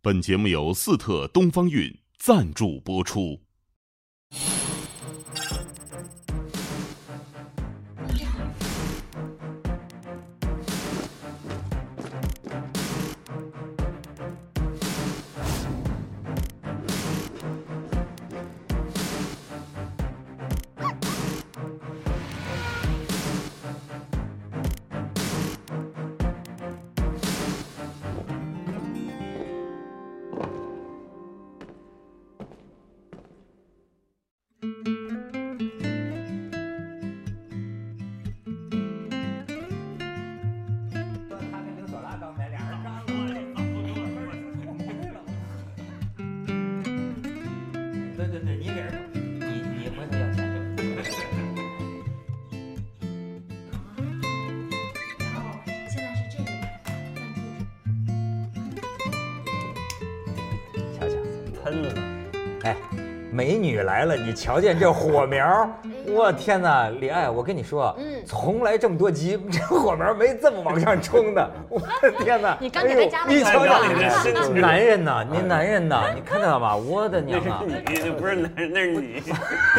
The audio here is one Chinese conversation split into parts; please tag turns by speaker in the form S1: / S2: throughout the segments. S1: 本节目由四特东方韵赞助播出。
S2: 他跟刘索拉刚才俩人干了。对对对，你给人，你你回头要钱就。
S3: 然后现在是这个淡出
S2: 瞧瞧，喷了 呢。哎，美女来了，你瞧见这火 苗？我天哪，李艾，我跟你说，
S4: 哎嗯
S2: 从来这么多集，这火苗没这么往上冲 的。我的天哪！
S4: 你刚给他加了
S2: 哎呦你
S4: 个
S2: 瞧瞧
S4: 火苗
S2: 你这男人呐，你男人呐，你看到吗？我的
S5: 哎那
S2: 娘啊！
S5: 是你，那不是男人，那是 你。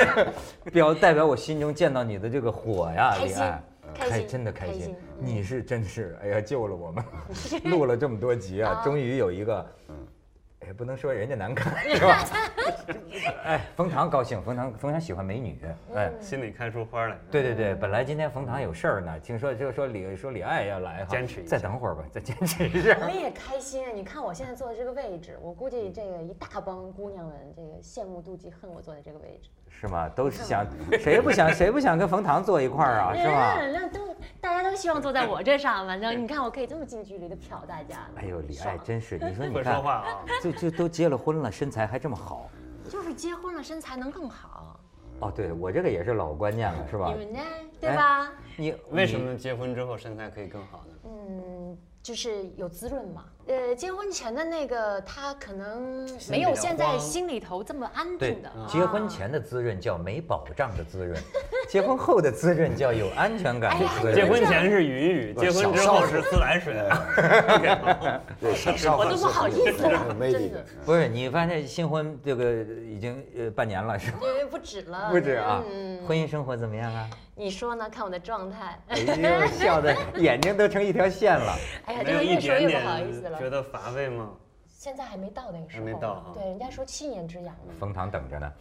S2: 表代表我心中见到你的这个火呀，
S4: 开
S2: 李
S4: 心
S2: 艾，
S4: 开心嗯
S2: 真的开
S4: 开
S2: 心
S4: 心，
S2: 你是真是哎呀救了我 们，录了这么多集啊，
S4: 啊
S2: 终于有一个，哎不能说人家难 看是吧？ 哎，冯唐高兴，冯唐冯唐喜欢美女，
S4: 嗯
S2: 哎。
S5: 心里开出花来。
S2: 对对对，本来今天冯唐有事儿呢，听说就说李说李艾要来哈，
S5: 坚持一下
S2: 再等会儿吧，再坚持 一下。
S4: 我也开心啊！你看我现在坐的这个位置，我估
S2: 嗯
S4: 计这个一大帮姑娘们，这个羡慕、妒忌、恨我坐在这个位置。
S2: 是吗？都是想，谁不 想谁不想跟冯唐坐一块儿啊，是吧？
S4: 嗯
S2: 嗯
S4: 那那都大家都希望坐在我这上，反正你看我可以这么近距离的瞟大家。
S2: 哎呦，李艾
S4: 爽
S2: 真是，你说你
S5: 会
S2: 看，
S5: 说话啊！
S2: 就就都结了婚了，身材还这么好。
S4: 就是结婚了，身材能更好。
S2: 哦，对我这个也是老观念了，是吧
S4: 你？们呢？
S2: 哎
S4: 对吧？
S2: 你
S5: 为什？么结婚之后身材可以更好呢？
S4: 嗯，就是有滋润嘛。呃，结婚前的那个他可能
S5: 心
S4: 没
S5: 比
S4: 有
S5: 较
S4: 现在
S5: 慌
S4: 心里头这么安
S2: 你对嗯
S4: 定的。，
S5: 嗯
S2: 结婚前的滋润叫没保障的滋润，结婚后的滋润叫有安全感的滋
S4: 哎呀
S5: 结
S2: 润。
S5: 婚前是云雨，结婚之后是自来水。
S6: 对，上上
S4: 我都不好意思了
S6: 有魅力
S4: 真的
S6: 的。
S2: 不是，你发现新婚这个已经呃半年了是吧？
S4: 因为不止了，
S2: 不止啊，
S4: 嗯，
S2: 婚姻生活怎么样 啊？
S4: 你说呢？看我的状态。
S2: 哎呦，笑的眼睛都成一条线了。
S4: 哎呀，
S5: 没
S4: 这
S5: 有
S4: 个
S5: 一
S4: 越说
S5: 点
S4: 越
S5: 点
S4: 不好意思了
S5: 觉。得乏味吗？
S4: 现在还没到那个时候，
S5: 还没到啊
S4: 对，人家说七年之痒嘛，
S2: 冯唐等 着呢。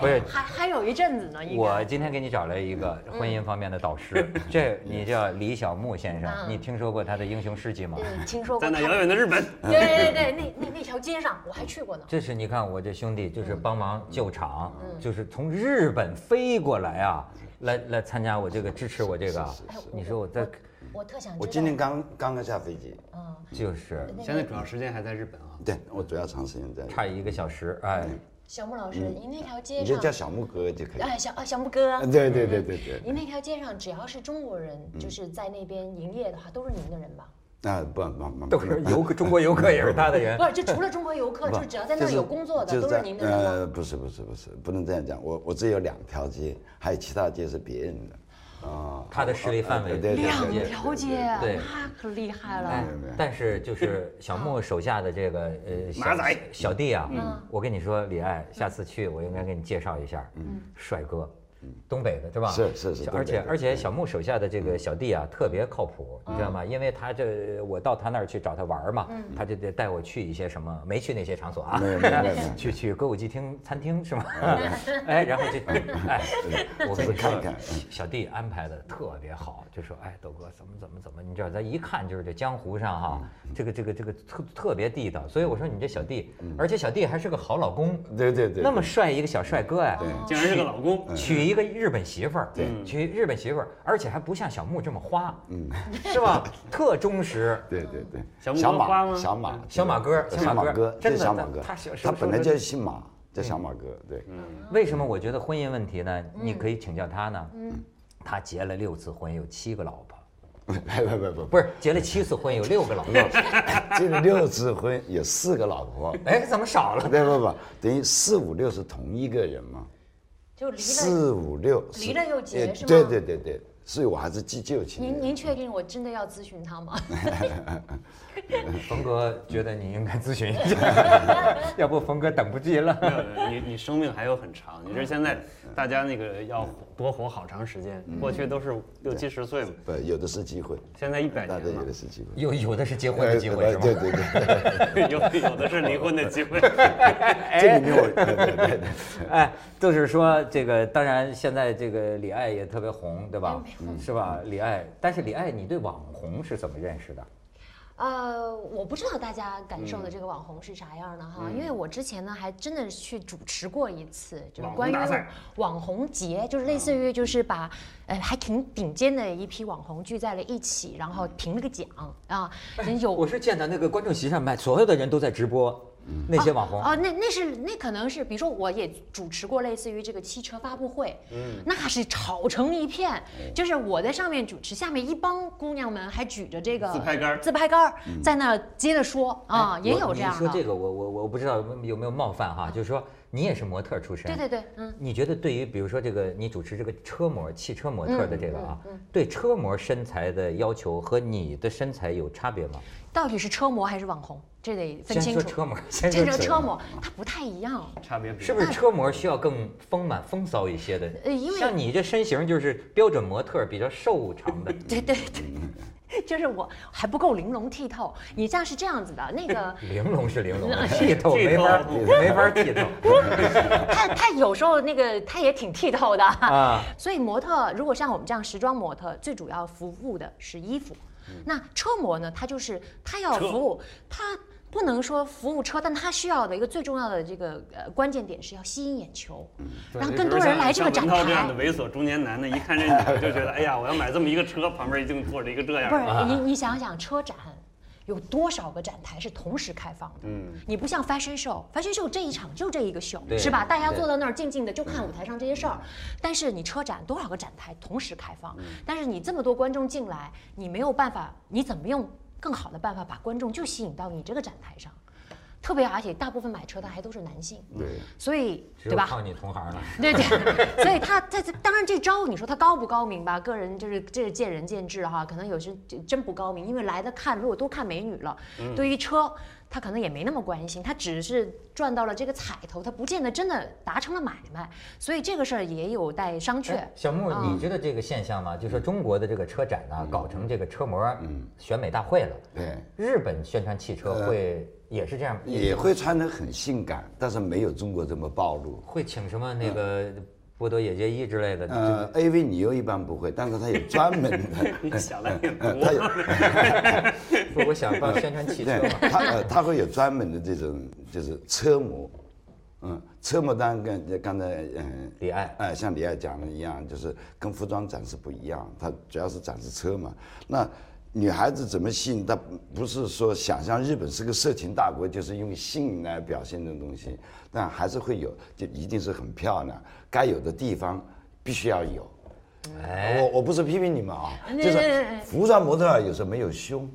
S2: 不
S4: 还
S2: 是
S4: 还有一阵子呢，应
S2: 我
S4: 该。
S2: 今天给你找来一个婚姻方面的导师，这你叫李小牧先生，
S4: 嗯
S2: 你听说过他的英雄事迹吗？
S4: 嗯，听说
S5: 在
S4: 过
S5: 那
S4: 他。
S5: 遥远的日本，
S4: 对对对，那那那条街上我还去过呢。
S2: 这是你看我这兄弟，就是
S4: 嗯
S2: 帮忙救场，就是从日本飞过来啊，来来参加我这个支持我这个啊
S4: 是是是。
S2: 你说我在
S4: 我特想知道。
S6: 我今天刚刚刚下飞机，
S4: 嗯，
S2: 就是
S4: 那
S5: 现在
S4: 个
S5: 主要时间还在日本啊。
S6: 对我主要长时间在。
S2: 差一个小时，哎，
S4: 小木老师，您那条街
S6: 你就
S4: 上
S6: 叫，呃小木哥就可以。
S4: 哎，嗯小啊小木哥，
S6: 对对对对对。
S4: 您那条街上只要是中国人，就是在那边营业的话，都是您的人吧？
S6: 啊不不不，
S2: 都是游客，中国游客也是他的人
S4: 不。是，就除了中国游客，就是只要在那儿有工作的，都是您的人吗？
S6: 呃，不是不是不是，不能这样讲。我我只有两条街，还有其他街是别人的，啊。
S2: 他的势力范围
S6: 对对对
S4: 两
S6: 对
S4: 条街，
S2: 对
S4: 那可厉害
S2: 哎
S4: 了。
S6: 对，
S2: 但是就是小莫手下的这个
S6: 嗯
S2: 呃小
S5: 马仔
S2: 小弟啊，我跟你说，李艾，下次去我应该给你介绍一下，帅哥，东北的是吧？
S6: 嗯是是是
S2: 小
S6: 东北的
S2: 而
S6: 嗯
S2: 且而且小木手下的这个小弟啊，特别靠谱，你知道吗？因为他这我到他那儿去找他玩儿嘛，他就得带我去一些什么没去那些场所啊
S6: 没有没有没有没 有，
S2: 去去歌舞伎厅餐厅是吗？
S6: 嗯
S2: 哎，然后就哎，我跟你说
S6: 看看嗯
S2: 小弟安排的特别好，就说哎，豆哥怎么怎么怎么，你知道咱一看就是这江湖上哈、
S6: 嗯
S2: 这个这个这个特特别地道，所以我说你这小弟，而且小弟还是个好老公，
S6: 对嗯对对。嗯
S2: 那么帅一个小帅哥哎，
S5: 竟然是个老公，
S2: 娶一个日本媳妇儿，
S6: 对
S2: 娶日本媳妇儿，而且还不像小木这么花，嗯，是吧？特忠实。
S6: 对对对，
S5: 小木
S6: 小
S5: 头花
S6: 马
S5: 吗
S6: 小马
S2: 小马哥小
S6: 小
S2: 马哥
S6: 马哥，
S2: 真
S6: 这
S2: 的
S6: 是小马哥
S2: 他他小，
S6: 他本来就是姓马，叫小马哥，对。
S2: 为什么我觉得婚姻问题呢？你可以请教他呢。他结了六次婚，有七个老婆，
S6: 不不不不不
S2: 不是结了七次婚，有六个老婆。
S6: 结了六次婚，有四个老婆，
S2: 哎，怎么少 了？
S6: 对不不，等于四五六是同一个人嘛？
S4: 就离了
S6: 四五六是
S4: 离了又结
S6: 呃
S4: 是吗
S6: 对对对对，所以我还是记旧情
S4: 您
S6: 人。
S4: 您确定我真的要咨询他吗？
S2: 冯哥觉得你应该咨询一下，要不冯哥等不及了。
S5: 没有你你生命还有很长，你这现在大家那个要多活好长时间，过去都是六七十岁嘛，
S6: 对，有的是机会，
S5: 现在一百
S6: 大家
S5: 年
S6: 有
S5: 了
S6: 的，是机会。
S2: 有有的是结婚
S6: 呃
S2: 的机会是
S6: 对
S2: 吗？
S6: 对对，
S5: 有有的是离婚的机 会。
S6: 这里面我对对对对
S2: 哎，就是说这个，当然现在这个李艾也特别红，对吧？是吧？李艾，但是李艾，你对网红是怎么认识的？
S4: 呃，我不知道大家感受
S5: 嗯
S4: 的这个网红是啥样的哈，因为我之前呢还真的去主持过一次，就是
S5: 网红
S4: 关于
S5: 大赛嗯
S4: 网红节，就是类似于就是把呃还挺顶尖的一批网红聚在了一起，然后评了个奖啊，
S5: 哎
S4: 人有
S2: 我是见到那个观众席上卖，所有的人都在直播，
S6: 嗯
S2: 那些网红。
S4: 哦，那那是那可能是，比如说我也主持过类似于这个汽车发布会，嗯，那是吵成一片，
S5: 哦
S4: 就是我在上面主持，下面一帮姑娘们还举着这个
S5: 自拍杆儿嗯
S4: 自拍杆儿在那儿接着说啊、
S2: 哎
S4: 也
S2: 我
S4: 有
S2: 你
S4: 这样
S2: 说这
S4: 的，
S2: 个，我我我不知道有没有冒犯哈，就是说你也是模特出身，
S4: 对对对，嗯，
S2: 你觉得对于比如说这个你主持这个车模、汽车模特的
S4: 嗯
S2: 这个啊，对车模身材的要求和你的身材有差别吗？
S4: 到底是车模还是网红，这得分
S2: 先
S4: 清
S2: 说
S4: 楚。
S2: 车 模，先
S4: 这
S2: 说
S4: 个车
S2: 车模，
S4: 模它不太一样，
S5: 差别比
S2: 是不是车模需要更丰满、风骚一些的？
S4: 呃因为
S2: 像你这身形就是标准模特，比较瘦长的。
S4: 对对对，就是我还不够玲珑剔透，你这样是这样子的，那个。
S2: 玲珑是玲珑， 剃头没法
S5: 剃
S2: 没法剃头
S4: 他他有时候那个他也挺剔透的
S2: 啊。
S4: 所以模特如果像我们这样时装模特，最主要服务的是衣服。那车模呢，他就是他要服务他。不能说服务车，但他需要的一个最重要的这个呃关键点是要吸引眼球，让更多人来这个展
S5: 像文涛这样
S4: 台
S5: 的。猥琐中年男的，一看这女的就觉得，哎呀，我要买这么一个车，旁边一定坐着一个这样
S4: 不
S5: 的。，
S4: 是你你想想车展。有多少个展台是同时开放的？你不像 fashion show，fashion show 这一场就这一个秀，
S2: 对
S4: 是吧？大家
S2: 对
S4: 坐到那儿静静的就看舞台上这些事儿。但是你车展多少个展台同时开放？但是你这么多观众进来，你没有办法，你怎么用更好的办法把观众就吸引到你这个展台上？特别而且大部分买车的还都是男性，
S6: 对，
S4: 所以
S2: 只
S4: 对
S2: 有
S4: 吧？
S2: 靠你同行了。
S4: 对对， 所以他在这当然这招你说他高不高明吧？个人就是这是见仁见智哈，可能有些真真不高明，因为来的看如果都看美女了，
S6: 嗯
S4: 对于车他可能也没那么关心，他只是赚到了这个彩头，他不见得真的达成了买卖，所以这个事儿也有待商榷
S2: 哎。小木，
S4: 嗯
S2: 你知道这个现象吗？
S6: 嗯
S2: 就说中国的这个车展啊，搞成这个车模选美大会了。
S6: 对呃
S2: 日本宣传汽车会也是这样，
S6: 也会穿得很性感，但是没有中国这么暴露。
S2: 会请什么那个
S6: 嗯
S2: 波多野结衣之类的。
S6: 呃，AV 女优一般不会，但是她有专门的
S5: 你想的也
S6: 她
S5: 多，
S6: 有，
S2: 不我想帮宣传汽车
S6: 对
S2: 嘛。，
S6: 她呃她会有专门的这种就是车模，嗯，车模当然跟刚才嗯
S2: 李艾
S6: 哎，像李艾讲的一样，就是跟服装展示不一样，它主要是展示车嘛。那女孩子怎么吸引？她不是说想象日本是个色情大国，就是用性来表现这种东西，但还是会有，就一定是很漂亮，该有的地方必须要有。呃
S2: 哎，
S6: 我我不是批评你们啊，
S4: 嗯
S6: 就是服装模特儿有时候没有胸，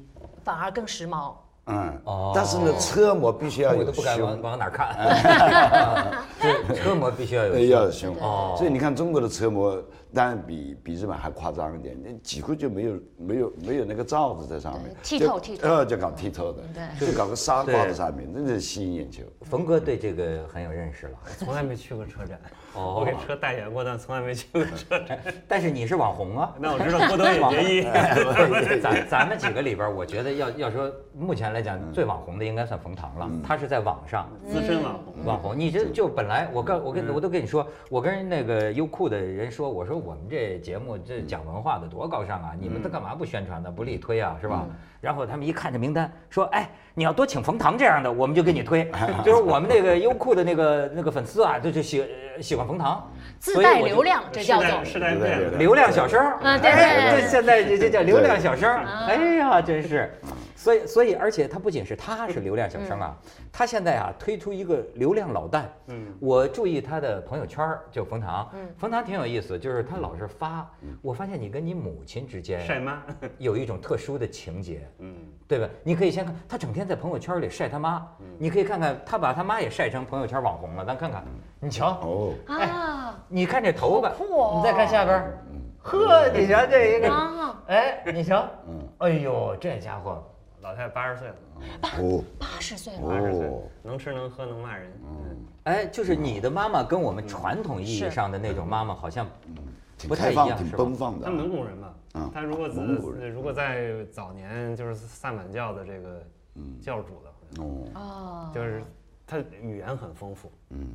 S4: 反而更时髦，
S6: 嗯
S2: 哦，
S6: 但是呢，车模必须要
S2: 我
S6: 有嗯
S2: 都不敢往
S6: 胸，
S2: 往哪儿看。 啊对，车模必须要有
S6: 呃
S2: 胸。
S6: 要有胸。
S2: 哦
S6: 所以你看中国的车模，当然比比日本还夸张一点，那几乎就没有没有没有那个罩子在上面，
S4: 对
S6: 就
S4: 剔透剔透
S6: 呃，就搞剔透的，
S4: 对
S6: 就搞个纱挂在
S2: 对
S6: 上面，那就吸引眼球。
S2: 冯哥对这个很有认识了。
S6: 嗯
S5: 从来没去过车展。
S2: 哦
S5: 我给车代言过，但从来没去过车展。
S2: 但是你是网红 啊。
S5: 那我知道波多野结衣，
S6: 哎
S2: 咱咱们几个里边儿，我觉得要要说目前来
S6: 嗯
S2: 讲最网红的应该算冯唐了，他是在网上。
S5: 资深网
S4: 嗯
S5: 红。
S2: 网红，你这就本来我跟我跟我都跟你说，我跟那个优酷的人说，我说我们这节目这
S4: 嗯
S2: 讲文化的多高尚啊，你们都干嘛不宣传呢？不力推啊，是吧？
S4: 嗯
S2: 然后他们一看这名单，说，哎，你要多请冯唐这样的，我们就给你推。
S4: 嗯
S2: 就是我们那个优酷的那个那个粉丝啊，就就喜喜欢冯唐，
S4: 自
S2: 所以
S4: 带
S2: 我就
S4: 流量，这
S5: 世
S4: 叫
S5: 代
S4: 做
S5: 世代
S6: 对
S5: 变了，
S2: 流量小生儿，
S4: 嗯对
S2: 哎
S4: 对啊
S2: 这现在这这叫流量小生儿，哎呀，真是，
S5: 嗯
S2: 所以所以，而且他不仅是他是流量小生
S4: 嗯
S2: 啊，他现在啊推出一个流量老旦，
S5: 嗯，
S2: 我注意他的朋友圈儿，就冯唐，
S4: 嗯
S2: 冯唐挺有意思，就是他老是发，我发现你跟你母亲之 间
S5: 嗯晒妈，
S2: 有一种特殊的情节，
S5: 嗯，
S2: 对吧？你可以先看他整天在朋友圈里晒他妈，你可以看看他把他妈也晒成朋友圈网
S5: 嗯
S2: 红了，咱看看，你瞧，
S6: 哦，
S4: 啊，
S2: 你看这头发，
S4: 好酷哦
S2: 你再看下边儿，呵，你瞧这一个，
S4: 啊，
S2: 哎，你瞧，哎呦，这家伙，
S5: 老太太八十岁了，
S6: 哦
S4: 八十岁了，
S5: 八十 岁
S6: 哦，
S5: 能吃能喝能骂人，嗯，
S2: 哎，就是你的妈妈跟我们传统意义
S4: 是
S2: 上的那种妈妈好像
S6: 挺
S2: 不太
S6: 开
S2: 一
S6: 放，
S2: 样
S6: 挺
S2: 是吧
S6: 奔放的
S5: 他。蒙古人嘛
S6: 嗯，
S5: 他如果在
S6: 蒙古人
S5: 如果在早年就是萨满教的这个
S6: 嗯
S5: 教主的，
S6: 哦，
S4: 哦，
S5: 就是他语言很丰富，嗯，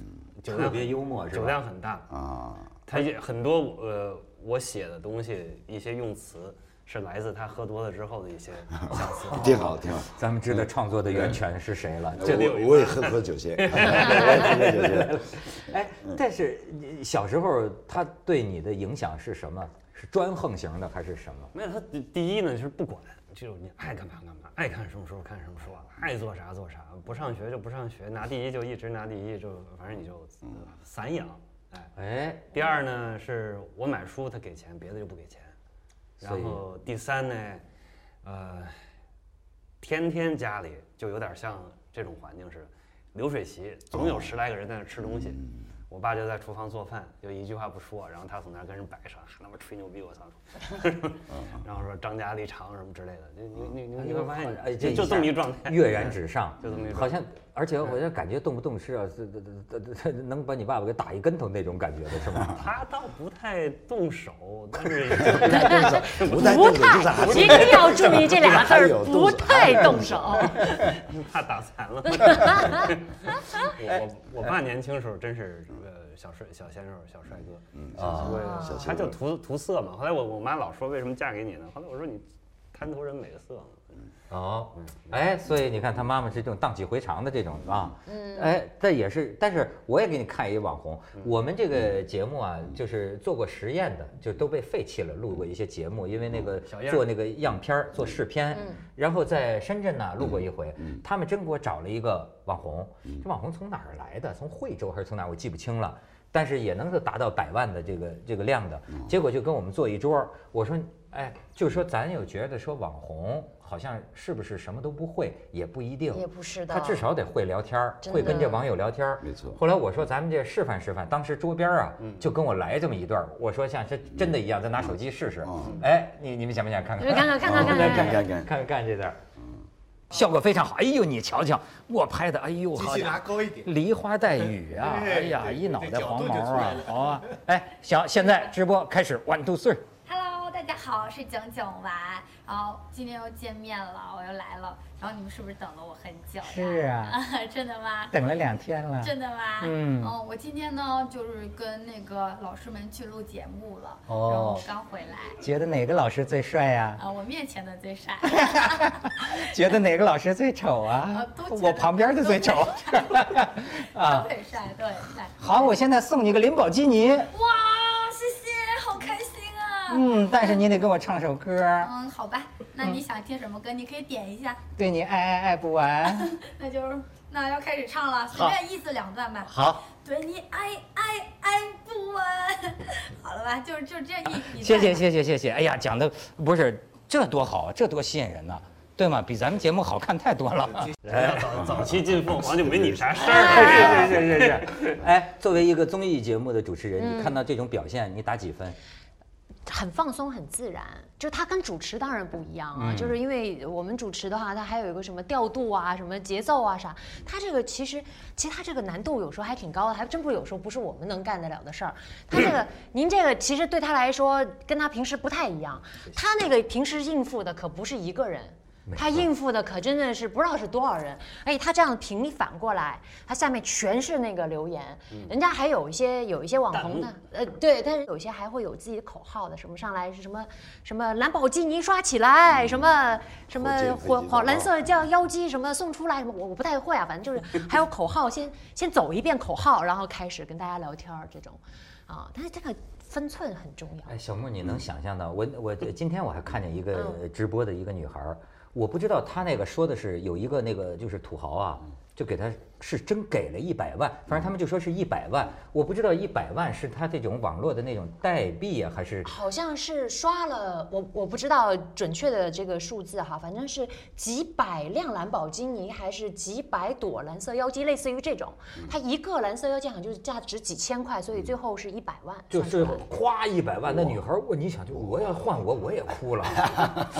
S5: 酒
S2: 特
S5: 量
S2: 别
S5: 很
S2: 幽默，是
S5: 酒
S2: 吧？
S5: 量很大，
S6: 啊，
S2: 哦
S5: 他也很多呃我写的东西一些用词是来自他喝多了之后的一些小 词。
S6: 挺好，挺好。
S2: 咱们知道创作的源泉是嗯谁了。这
S5: 里有一
S6: 我我也喝喝 酒些，我也喝喝酒些。
S2: 哎，但是你小时候他对你的影响是什么？是专横型的还是什么？
S5: 没有，他第第一呢就是不管，就是你爱干嘛干嘛，爱看什么书看什么书，啊爱做啥做啥，不上学就不上学，拿第一就一直拿第一，就反正你就呃散养。哎，
S2: 哎，
S5: 第二呢是我买书他给钱，别的就不给钱。
S2: 所
S5: 然
S2: 以
S5: 后第三呢，呃，天天家里就有点像这种环境似的，流水席总
S2: 哦
S5: 有十来个人在那吃东西。
S2: 嗯
S5: 我爸就在厨房做饭，就一句话不说，然后他从那儿跟人摆上，他妈吹牛逼，我操！
S2: 嗯
S5: 然后说张家立长什么之类的，你你你你会发现，
S2: 哎，
S5: 就就
S2: 下
S5: 这么一状态，
S2: 跃然纸上，
S5: 就这么一
S2: 好
S5: 状态
S2: 像，而且我就感觉动不动是要呃这这这这呃能把你爸爸给打一跟头那种感觉的是吗？
S5: 他倒不太动手，但 是
S6: 不太
S4: 不
S6: 动手就是
S4: 太
S6: 还，
S4: 一定要注 意这俩字
S6: 还
S4: 儿，
S6: 有
S4: 不
S6: 动手还
S4: 太
S6: 有
S4: 动
S6: 动
S4: 手
S6: 手。
S5: 怕打 残了。我我我爸年轻时候真是呃小帅小鲜肉小帅哥，嗯
S6: 啊小
S5: 他
S6: 鲜肉
S5: 就图图色嘛。后来我我妈老说为什么嫁给你呢？后来我说你贪图人美色嘛。
S2: 哦，哎，所以你看他妈妈是这种荡气回肠的这种啊，嗯，哎，但也是，但是我也给你看一网红，
S5: 嗯
S2: 我们这个节目啊，就是做过实验的，就都被废弃了，录过一些节目，因为那个
S5: 嗯小样儿
S2: 做那个样片儿做试片，
S4: 嗯
S2: 然后在深圳呢录过一回，他们真给我找了一个网红，这网红从哪儿来的？从惠州还是从哪儿？我记不清了。但是也能够达到百万的这个这个量的，结果就跟我们坐一桌儿，我说，哎，就是说咱有觉得说网红好像是不是什么都不会，也不一定，
S4: 也不是的
S2: 他至少得会聊天儿，
S4: 真的
S2: 会跟这网友聊天儿。
S6: 没错嗯
S2: 后来我说咱们这示范示范，当时桌边儿啊就跟我来这么一段儿，我说像这真的一样，咱拿手机试试
S6: 嗯。
S2: 哎，你你们想不想看
S4: 你
S2: 看？
S4: 们看看看看看看看
S6: 看看嗯看，
S2: 看看这段儿。效果非常好，哎呦，你瞧瞧，我拍的，哎呦，
S7: 机
S2: 好
S7: 器
S2: 家
S7: 拿
S2: 伙，
S7: 高一点，
S2: 梨花带雨啊，
S7: 哎
S2: 哎呀，
S7: 对
S2: 一脑
S7: 对
S2: 袋
S7: 角
S2: 黄
S7: 度就
S2: 毛
S7: 出
S2: 啊
S7: 来了，
S2: 好啊，哎，行，现在直播开始，one two three。
S3: Hello，大家好，我是整整娃，然后今天又见面了，我又来了，然后你们是不是等了我很久呀？
S2: 是啊，
S3: 真的吗？
S2: 等了两天了。
S3: 真的吗？哦
S2: 嗯
S3: 我今天呢就是跟那个老师们去录节目了，
S2: 哦
S3: 然后刚回来。
S2: 觉得哪个老师最帅呀、
S3: 啊、我面前的最帅，
S2: 觉得哪个老师最丑啊
S3: 啊都觉得
S2: 我旁边的最丑。
S3: 都
S2: 啊，
S3: 很帅，都很帅。
S2: 好，我现在送你个林宝基尼。
S3: 哇，谢谢，好开心啊！
S2: 嗯，但是你得给我唱首歌，
S3: 嗯，好吧，那你想听什么歌，你可以点一下。
S2: 对你爱爱爱不完。
S3: 那就是那要开始唱了，随便意思两段吧。
S2: 好，
S3: 对你爱爱爱不完， 好了吧，就是就是这一一段。
S2: 谢谢谢谢谢谢。哎呀，讲的不是这多好啊，这多吸引人呐、对吗？比咱们节目好看太多了。
S6: 哎
S5: 早早期进凤凰就没你啥
S4: 哎
S5: 事
S2: 是
S5: 儿。
S2: 是是是是。哎，作为一个综艺节目的主持
S3: 嗯
S2: 人，你看到这种表现，你打几分？
S4: 很放松，很自然。就它跟主持当然不一样啊，就是因为我们主持的话，它还有一个什么调度啊、什么节奏啊啥，它这个其实其实它这个难度有时候还挺高的，还真不是有时候不是我们能干得了的事儿。它这个、您这个其实对他来说跟他平时不太一样，他那个平时应付的可不是一个人。他应付的可真的是不知道是多少人，而且他这样平反过来，他下面全是那个留言，人家还有一些有一些网红的，呃，对，但是有些还会有自己的口号的，什么上来是什么什么兰博基尼刷起来，什
S6: 嗯
S4: 么什么
S6: 火箭飞机
S4: 火火
S6: 广告
S4: 蓝色叫妖姬什么送出来什么，我我不太会啊，反正就是 还有口号，先先走一遍口号，然后开始跟大家聊天儿这种，啊，但是这个分寸很重要。
S2: 哎，小木，你
S4: 嗯
S2: 能想象到我我今天我还看见一
S6: 嗯
S2: 个直播的一个女孩儿，我不知道她那个说的是有一个那个就是土豪啊，就给他是真给了一百万，反正他们就说是一百万，我不知道一百万是他这种网络的那种代币啊，还是
S4: 好像是刷了，我我不知道准确的这个数字哈，反正是几百辆兰博基尼，还是几百朵蓝色妖姬，类似于这种。
S2: 嗯
S4: 它一个蓝色妖姬好像就是价值几千块，所以最后是一百万。
S2: 就
S4: 算出
S2: 是
S4: 来
S2: 夸一百万，那女孩儿，我你想就我要换我我也哭 了，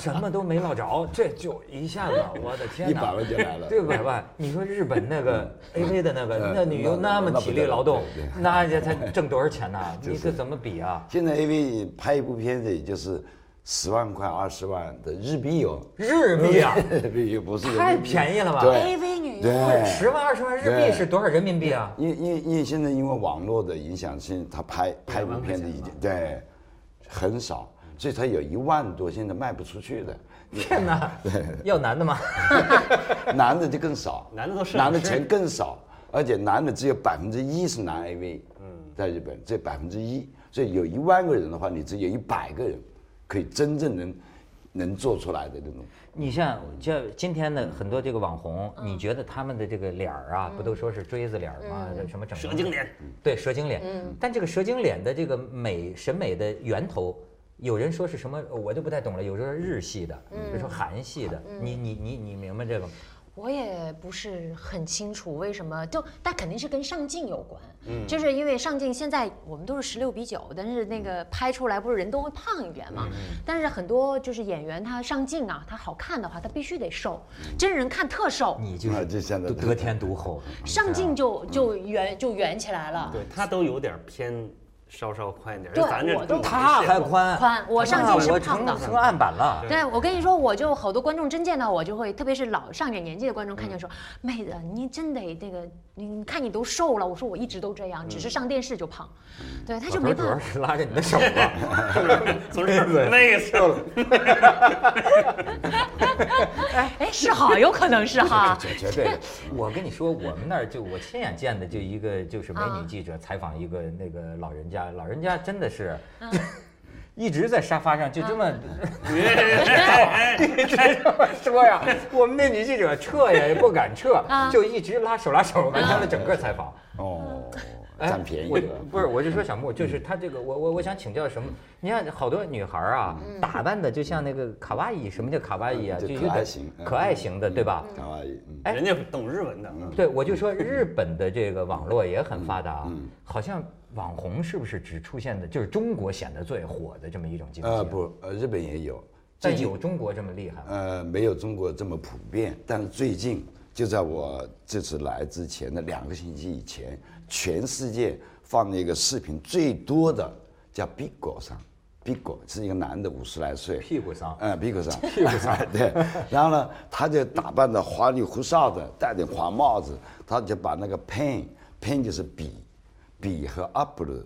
S2: 什么都没落着，这就一下子，我的天
S6: 一
S2: 哪！
S6: 百万就来了。
S2: 对百万，你说日本那个 AV 的那个，
S6: 嗯
S2: 那女优
S6: 那
S2: 那么
S6: 那
S2: 体
S6: 不
S2: 力
S6: 得了
S2: 劳动
S6: 对对，
S2: 那人家才挣多少钱 呐？你这怎么比啊？
S6: 现在 AV 拍一部片子也就是十万块、二十万的日币哦，
S2: 日币啊，
S6: 日币又不是人民 币
S2: 太便宜了吧？
S6: 嗯
S2: 哎
S6: 对
S4: AV 女优
S6: 对，
S2: 十万二十万日币
S6: 对
S2: 是多少人民币啊？
S6: 因为因为因为现在因为网络的影响，现在他拍拍部片子已经对很少，所以他有一万多现在卖不出去的，
S2: 天哪，要男的吗？
S6: 男的就 更少，
S5: 男的都是
S6: 男的钱更少，而且男的只有百分之一是
S2: 嗯
S6: 男 AV，在日本只有百分之一，所以有一万个人的话，你只有一百个人可以真正能能做出来的那种。
S2: 你像这今天的很多这个网红，你觉得他们的这个脸儿啊，不都说是锥子脸儿吗？什么整
S5: 蛇精脸，
S2: 对蛇精脸，
S4: 嗯
S2: 但这个蛇精脸的这个美审美的源头，有人说是什么，我就不太懂了。有人说日系的，有
S4: 嗯
S2: 人说韩系的，你你你你明白这个吗？
S4: 我也不是很清楚为什么，就但肯定是跟上镜有关，
S2: 嗯
S4: 就是因为上镜现在我们都是十六比九，但是那个拍出来不是人都会胖一点嘛，
S2: 嗯
S4: 但是很多就是演员他上镜啊，他好看的话他必须得瘦，
S2: 嗯
S4: 真人看特瘦，
S2: 你就是
S6: 那就现在
S2: 得得天独厚。
S4: 上镜就就圆就圆起来了，
S5: 对他都有点偏稍稍宽一点，
S4: 对
S5: 就咱这
S4: 我都
S5: 更
S2: 他还宽，
S4: 宽我上镜是
S2: 我
S4: 胖
S2: 成
S4: 的
S2: 成案板了。
S4: 对，我跟你说，我就好多观众真见到我就会，特别是老上点年纪的观众看见说，妹子，你真得那个，你你看你都瘦了。我说我一直都这样，只是上电视就胖，对，他就没
S2: 我主要
S4: 办法。
S2: 是拉着你的手 啊。
S5: 总是累死了。
S4: 哎，是哈，有可能是 哈。
S2: 啊绝对的。我跟你说，我们那儿就我亲眼见的，就一个就是美
S4: 啊
S2: 女记者采访一个那个老人家，老人家真的是。
S4: 嗯
S2: 一直在沙发上就这么
S5: 哎
S2: 一直这么说呀，我们那女记者撤呀也不敢撤，就一直拉手拉手完成了整个采访。
S6: 哦，
S2: 哎
S6: 占便宜嗯
S2: 我
S6: 了。
S2: 不是，我就说小木，就是他这个，我我我想请教什么？你看好多女孩儿啊，打扮的就像那个卡哇伊，什么叫卡哇伊啊？
S6: 嗯就
S2: 有
S6: 可爱
S2: 点
S6: 型嗯
S2: 可爱型的，对吧？
S6: 卡哇伊，嗯
S2: 哎
S5: 人家懂日文的，
S2: 对，我就说日本的这个网络也很发达，啊
S6: 嗯
S2: 好像网红是不是只出现的，就是中国显得最火的这么一种经济？
S6: 呃，不，呃，日本也有，最
S2: 但
S6: 近
S2: 有中国这么厉害吗？
S6: 呃没有中国这么普遍，但是最近就在我这次来之前的两个星期以前，全世界放那个视频最多的叫 Bigo 上，Bigo 是一个男的，五十来岁，
S2: 屁股上，
S6: 嗯，鼻孔上，屁股上， 对。然后呢，他就打扮的花里胡哨的，戴点黄帽子，他就把那个 pen pen 就是笔，笔和 apple，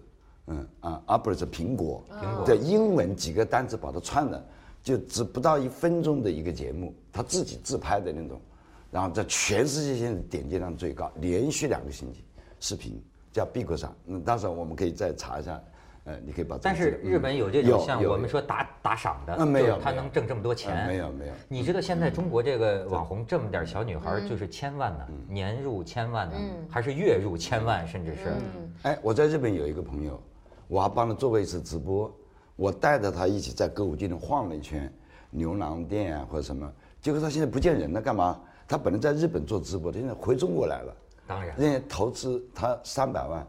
S6: 嗯啊，apple 是苹果，
S2: 啊
S6: 苹果的英文几个单词把它串了，就只不到一分钟的一个节目，他自己自拍的那种，然后在全世界现在点击量最高，连续两个星期视频叫 b i g 上，嗯，到时候我们可以再查一下，呃，你可以把这个
S2: 但
S6: 资
S2: 是
S6: 料。
S2: 日本有这
S6: 有
S2: 种像
S6: 有
S2: 我们说打打赏的，
S6: 嗯没有
S2: 就是他
S6: 没有
S2: 能挣这么多
S6: 嗯
S2: 钱，
S6: 没有没有。
S2: 你知道现在中国这个网红这么点儿小女孩儿就是千万呢，
S6: 嗯
S2: 年入千万呢，还是月入千万，甚至是
S6: 哎，我在日本有一个朋友，我还帮他做过一次直播，我带着他一起在歌舞伎町晃了一圈，牛郎店啊或者什么，结果他现在不见人了，干嘛？他本来在日本做直播的，现在回中国来了，
S2: 当然
S6: 人家投资他三百万，